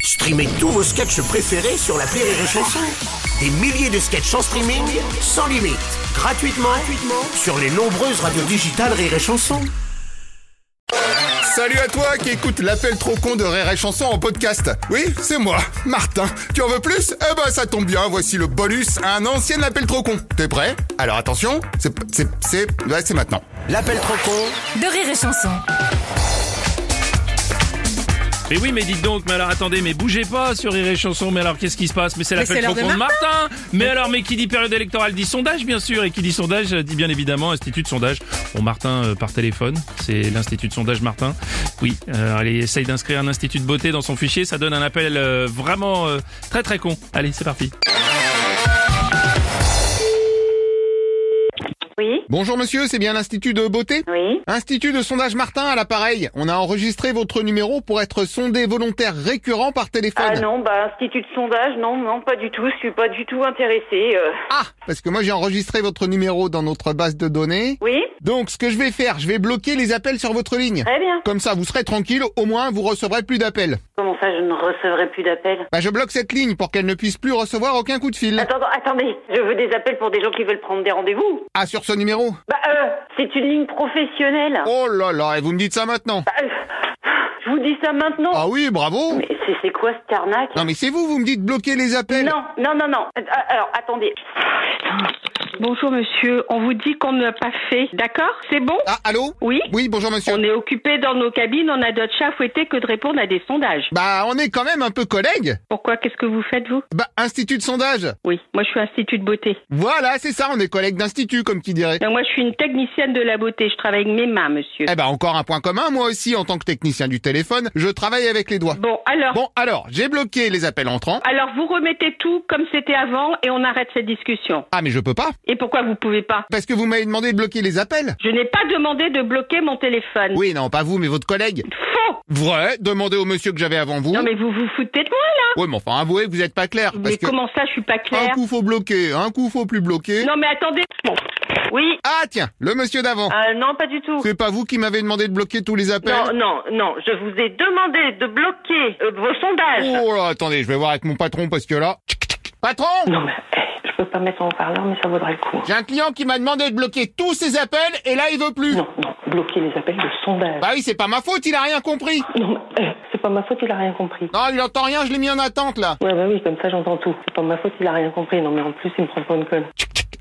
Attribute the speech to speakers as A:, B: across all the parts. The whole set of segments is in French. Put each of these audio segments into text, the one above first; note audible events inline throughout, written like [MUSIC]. A: Streamez tous vos sketchs préférés sur la Rire et Chanson. Des milliers de sketchs en streaming, sans limite, gratuitement, gratuitement sur les nombreuses radios digitales Rire et Chanson.
B: Salut à toi qui écoute l'appel trop con de Rire et Chanson en podcast. Oui, c'est moi, Martin. Tu en veux plus Eh ben ça tombe bien, voici le bonus à un ancien appel trop con. T'es prêt Alors attention, c'est c'est c'est ouais, c'est maintenant.
A: L'appel trop con
C: de rire et chanson.
D: Mais oui, mais dites donc, mais alors attendez, mais bougez pas sur Rire et Chanson, mais alors qu'est-ce qui se passe Mais c'est la
E: Mais
D: fête
E: c'est
D: trop
E: l'heure
D: con
E: de
D: de Martin Mais alors, mais qui dit période électorale dit sondage, bien sûr, et qui dit sondage dit bien évidemment Institut de sondage. Bon, Martin euh, par téléphone, c'est l'Institut de sondage Martin. Oui, euh, allez, essaye d'inscrire un institut de beauté dans son fichier, ça donne un appel euh, vraiment euh, très très con. Allez, c'est parti.
F: Oui,
B: Bonjour monsieur, c'est bien l'Institut de beauté
F: oui,
B: Institut de sondage Martin à l'appareil. On a enregistré votre numéro pour être sondé volontaire récurrent par téléphone.
F: Ah non, bah institut de sondage, non, non, pas du tout, je suis pas du tout intéressée. euh.
B: Ah, parce que moi j'ai enregistré votre numéro dans notre base de données.
F: Oui,
B: Donc ce que je vais faire, je vais bloquer les appels sur votre ligne.
F: très bien.
B: Comme ça, vous serez tranquille, au moins vous recevrez plus d'appels.
F: Comment ça, je ne recevrai plus d'appels
B: Bah, je bloque cette ligne pour qu'elle ne puisse plus recevoir aucun coup de fil.
F: Mm. Attends, attends, attendez, je veux des appels pour des gens qui veulent prendre des rendez-vous.
B: Ah, sur ce numéro
F: Bah, euh, c'est une ligne professionnelle.
B: Oh là là, et vous me dites ça maintenant
F: Bah, euh, je vous dis ça maintenant.
B: Ah oui, bravo
F: Mais c'est, c'est quoi cette arnaque
B: Non mais c'est vous, vous me dites bloquer les appels
F: non, non, non, non. Euh, Alors, attendez.
G: Bonjour monsieur, on vous dit qu'on ne l'a pas fait, d'accord C'est bon
B: Ah, allô
G: Oui
B: Oui, bonjour monsieur.
G: On est occupé dans nos cabines, on a d'autres chats à fouetter que de répondre à des sondages.
B: Bah, on est quand même un peu collègues
G: Pourquoi Qu'est-ce que vous faites vous
B: Bah, institut de sondage
G: Oui, moi je suis institut de beauté.
B: Voilà, c'est ça, on est collègues d'institut, comme qui dirait.
G: Donc moi je suis une technicienne de la beauté, je travaille avec mes mains monsieur.
B: Eh ben, encore un point commun, moi aussi, en tant que technicien du téléphone, je travaille avec les doigts.
G: Bon, alors,
B: Bon, alors, j'ai bloqué les appels entrants.
G: alors vous remettez tout comme c'était avant et on arrête cette discussion.
B: Ah, mais je peux pas,
G: Et pourquoi vous pouvez pas
B: parce que vous m'avez demandé de bloquer les appels.
G: Je n'ai pas demandé de bloquer mon téléphone.
B: Oui, non, pas vous, mais votre collègue.
G: Faux
B: Vrai, demandez au monsieur que j'avais avant vous.
G: Non mais vous vous foutez de moi là
B: Ouais, mais enfin, avouez que vous êtes pas clair, parce
G: Mais
B: que
G: comment ça je suis pas
B: un
G: claire
B: coup faut bloquer, un coup faut plus bloquer.
G: Non mais attendez. Bon.
F: Oui,
B: Ah tiens, le monsieur d'avant.
H: Ah.
F: euh, non, pas du tout.
B: C'est pas vous qui m'avez demandé de bloquer tous les appels
F: Non, Oh, non, non, je vous ai demandé de bloquer euh, vos sondages.
B: Oh là, attendez, je vais voir avec mon patron parce que là. Tchic, tchic. Patron
H: Non, mais eh, je peux pas mettre en haut-parleur, mais ça vaudrait le coup.
B: J'ai un client qui m'a demandé de bloquer tous ses appels et là il veut plus.
H: Non, non, bloquer les appels de sondage.
B: Bah oui, c'est pas ma faute, il a rien compris.
H: Non, mais eh, c'est pas ma faute, il a rien compris.
B: Non, il entend rien, je l'ai mis en attente là.
H: Ouais, bah oui, comme ça j'entends tout. C'est pas ma faute, il a rien compris. Non, mais en plus, il me prend pour une conne.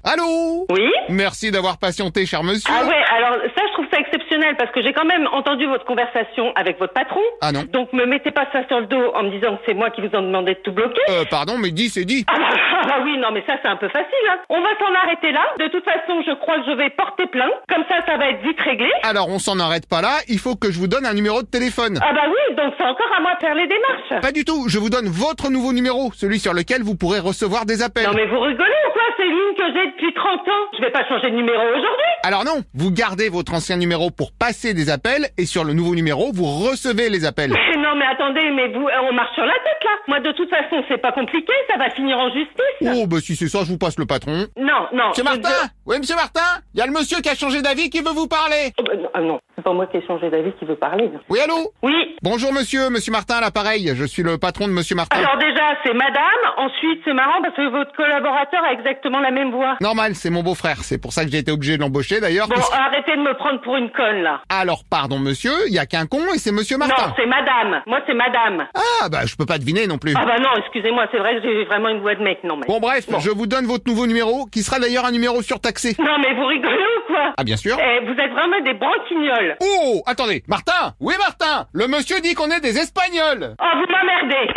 B: Allô
F: Oui
B: Merci d'avoir patienté, cher monsieur.
F: Ah ouais, alors ça je trouve ça exceptionnel parce que j'ai quand même entendu votre conversation avec votre patron.
B: Ah non.
F: Donc me mettez pas ça sur le dos en me disant que c'est moi qui vous en demandé de tout bloquer.
B: Euh, pardon, mais dit, c'est dit.
F: Ah bah, [LAUGHS] ah bah oui, non mais ça c'est un peu facile. Hein. On va s'en arrêter là. De toute façon, je crois que je vais porter plainte. Comme ça, ça va être vite réglé.
B: Alors on s'en arrête pas là, il faut que je vous donne un numéro de téléphone.
F: Ah bah oui, donc c'est encore à moi de faire les démarches.
B: Pas du tout, je vous donne votre nouveau numéro, celui sur lequel vous pourrez recevoir des appels.
F: Non mais vous rigolez ou quoi C'est une ligne que j'ai depuis 30 ans. Je vais pas changer de numéro aujourd'hui.
B: Alors non, vous gardez votre ancien numéro pour passer des appels et sur le nouveau numéro, vous recevez les appels.
F: Mais [LAUGHS] non mais attendez, mais vous, euh, on marche sur la tête là. Moi de toute façon, c'est pas compliqué. Ça va finir en justice.
B: Oh, bah si c'est ça, je vous passe le patron.
F: Non, non.
B: Monsieur
F: je-
B: Martin Oui, monsieur Martin Il y a le monsieur qui a changé d'avis qui veut vous parler.
H: Oh, bah, non, ah non, c'est pas moi qui ai changé d'avis qui veut parler.
B: Oui, allô
F: Oui,
B: Bonjour monsieur, monsieur Martin à l'appareil. Je suis le patron de monsieur Martin.
F: Alors déjà, c'est madame. Ensuite, c'est marrant parce que votre collaborateur a exactement la même voix.
B: Normal, c'est mon beau-frère. C'est pour ça que j'ai été obligé de l'embaucher d'ailleurs.
F: Bon,
B: puisque-
F: arrêtez de me prendre pour une conne, là.
B: Alors pardon monsieur, il y a qu'un con et c'est monsieur
F: Non,
B: Martin.
F: c'est madame. Moi, c'est madame.
B: Ah bah je peux pas deviner non plus.
F: Ah bah non, excusez-moi, c'est vrai que j'ai vraiment une voix de mec, non mais...
B: Bon bref, je vous donne votre nouveau numéro qui sera d'ailleurs un numéro surtaxé.
F: Non mais vous rigolez ou quoi
B: Ah bien sûr.
F: Eh, vous êtes vraiment des branquignoles.
B: Oh, attendez, Martin Oui, Martin Le monsieur dit qu'on est des Espagnols
F: Oh, vous m'emmerdez